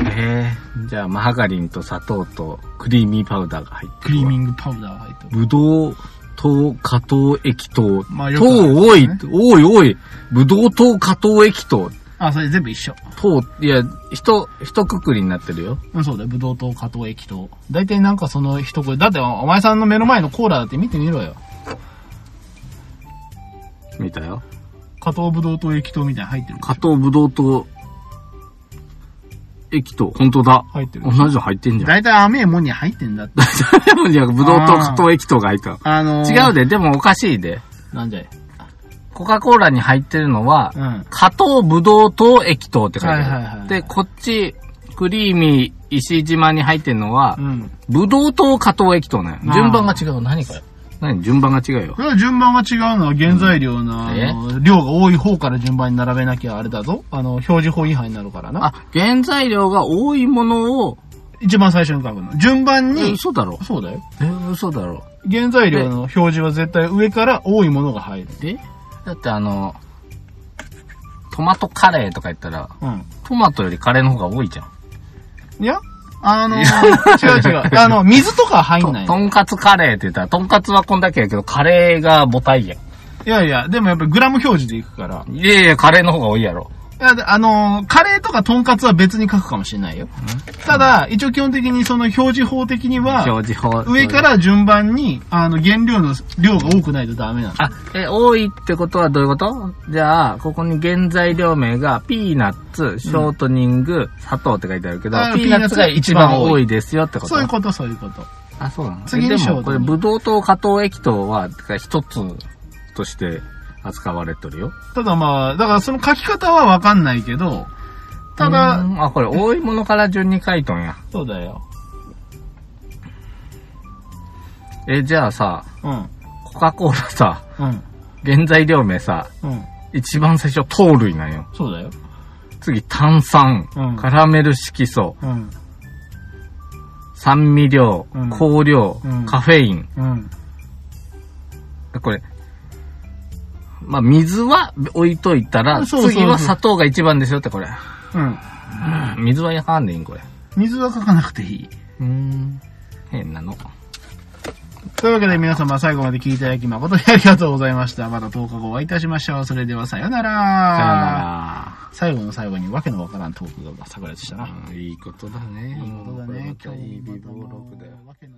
A: ええじゃあ、マーガリンと砂糖とクリーミーパウダーが入って
B: クリーミングパウダーが入ってる。
A: る。ぶどう糖、加糖液糖。
B: まあよ
A: 糖
B: くある
A: 多い
B: ね、
A: 多い多い。ぶどう糖、加糖液糖。
B: あ、それ全部一緒。
A: 糖、いや、ひと、ひとくくりになってるよ。
B: うん、そうだよ。ブドウ糖、加糖、液糖。大体なんかその一声。だってお前さんの目の前のコーラだって見てみろよ。
A: 見たよ。
B: 加糖、ブドウ糖、液糖みたいなの入ってる。
A: 加糖、ぶどう糖、液糖。本当だ。
B: 入ってる
A: 同じの入ってんじ ゃん。
B: 大体甘えもんに入ってんだって。
A: いや、ぶどう糖、加糖液糖が入った。
B: あのー、
A: 違うで、でもおかしいで。
B: なんじゃい。
A: コカ・コーラに入ってるのは、
B: うん。
A: 加糖、ぶどう糖、液糖って書いてある。
B: はいはいはい
A: で、こっち、クリーミー、石島に入ってるのは
B: う、ん。
A: ぶどう糖、加糖、液糖ね。
B: あー
A: 順番が違う。何これ何順番が違うよ
B: こ。れは順番が違うのは原材料の、あ
A: え
B: の量が多い方から順番に並べなきゃあれだぞ。あの、表示法違反になるからな。
A: あ、原材料が多いものを、
B: 一番最初に書くの。順番
A: え
B: に、
A: 嘘だろ。
B: そうだよ。
A: え、嘘だろ。
B: 原材料の表示は絶対上から多いものが入る。
A: えだってあの、トマトカレーとか言ったら、
B: うん。
A: トマトよりカレーの方が多いじゃん。
B: いや、あのー、違う違 う。あの、水とか入んない
A: と
B: の。
A: とんかつカレーって言ったら、とんかつはこんだけやけど、カレーが母体や
B: いやいや、でもやっぱりグラム表示でいくから。
A: ん。いやいや、カレーの方が多いやろ。
B: いや、であのー、カレーとかトンカツは別に書くかもしれないよ。ただ、一応基本的にその表示法的には、
A: 表示法。
B: 上から順番に、あの、原料の量が多くないとダメなの。
A: あ、え、多いってことはどういうことじゃあ、ここに原材料名が、ピーナッツ、ショートニング、砂糖って書いてあるけど
B: あ、
A: ピーナッツが一番多いですよってこと
B: そういうこと、そういうこと。
A: あ、そうなの
B: 次に
A: えで
B: ショート
A: も、これ、
B: ニング
A: ブドウ糖、加糖液糖は、てか一つとして扱われてるよ。
B: ただまあ、だからその書き方はわかんないけど、ただ
A: う、んあ、これ、多いものから順に書いとんや。
B: そうだよ。
A: え、じゃあさ、
B: うん。
A: コカ・コーラさ、
B: うん。
A: 原材料名さ、
B: うん。
A: 一番最初、糖類なんよ。
B: そうだよ。
A: 次、炭酸、
B: うん
A: カラメル色素、
B: うん。
A: 酸味料、
B: うん
A: 香料、
B: うん
A: カフェイン。
B: うん。
A: これ、まあ、水は置いといたら、
B: そうそうそう
A: 次は砂糖が一番ですよって、 これ。
B: うん。
A: 水はやかんでいいん、これ。
B: 水は書かなくていい。
A: うーん。変なの。
B: というわけで皆様最後まで聞いていただき誠にありがとうございました。また10日後お会いいたしましょう。それではさよなら。
A: さよな
B: 最後の最後にわけのわからんトークが炸裂したな。
A: ら。うんいいことだね。
B: いいことだね。
A: 今日いい美貌録だよ。
B: わけの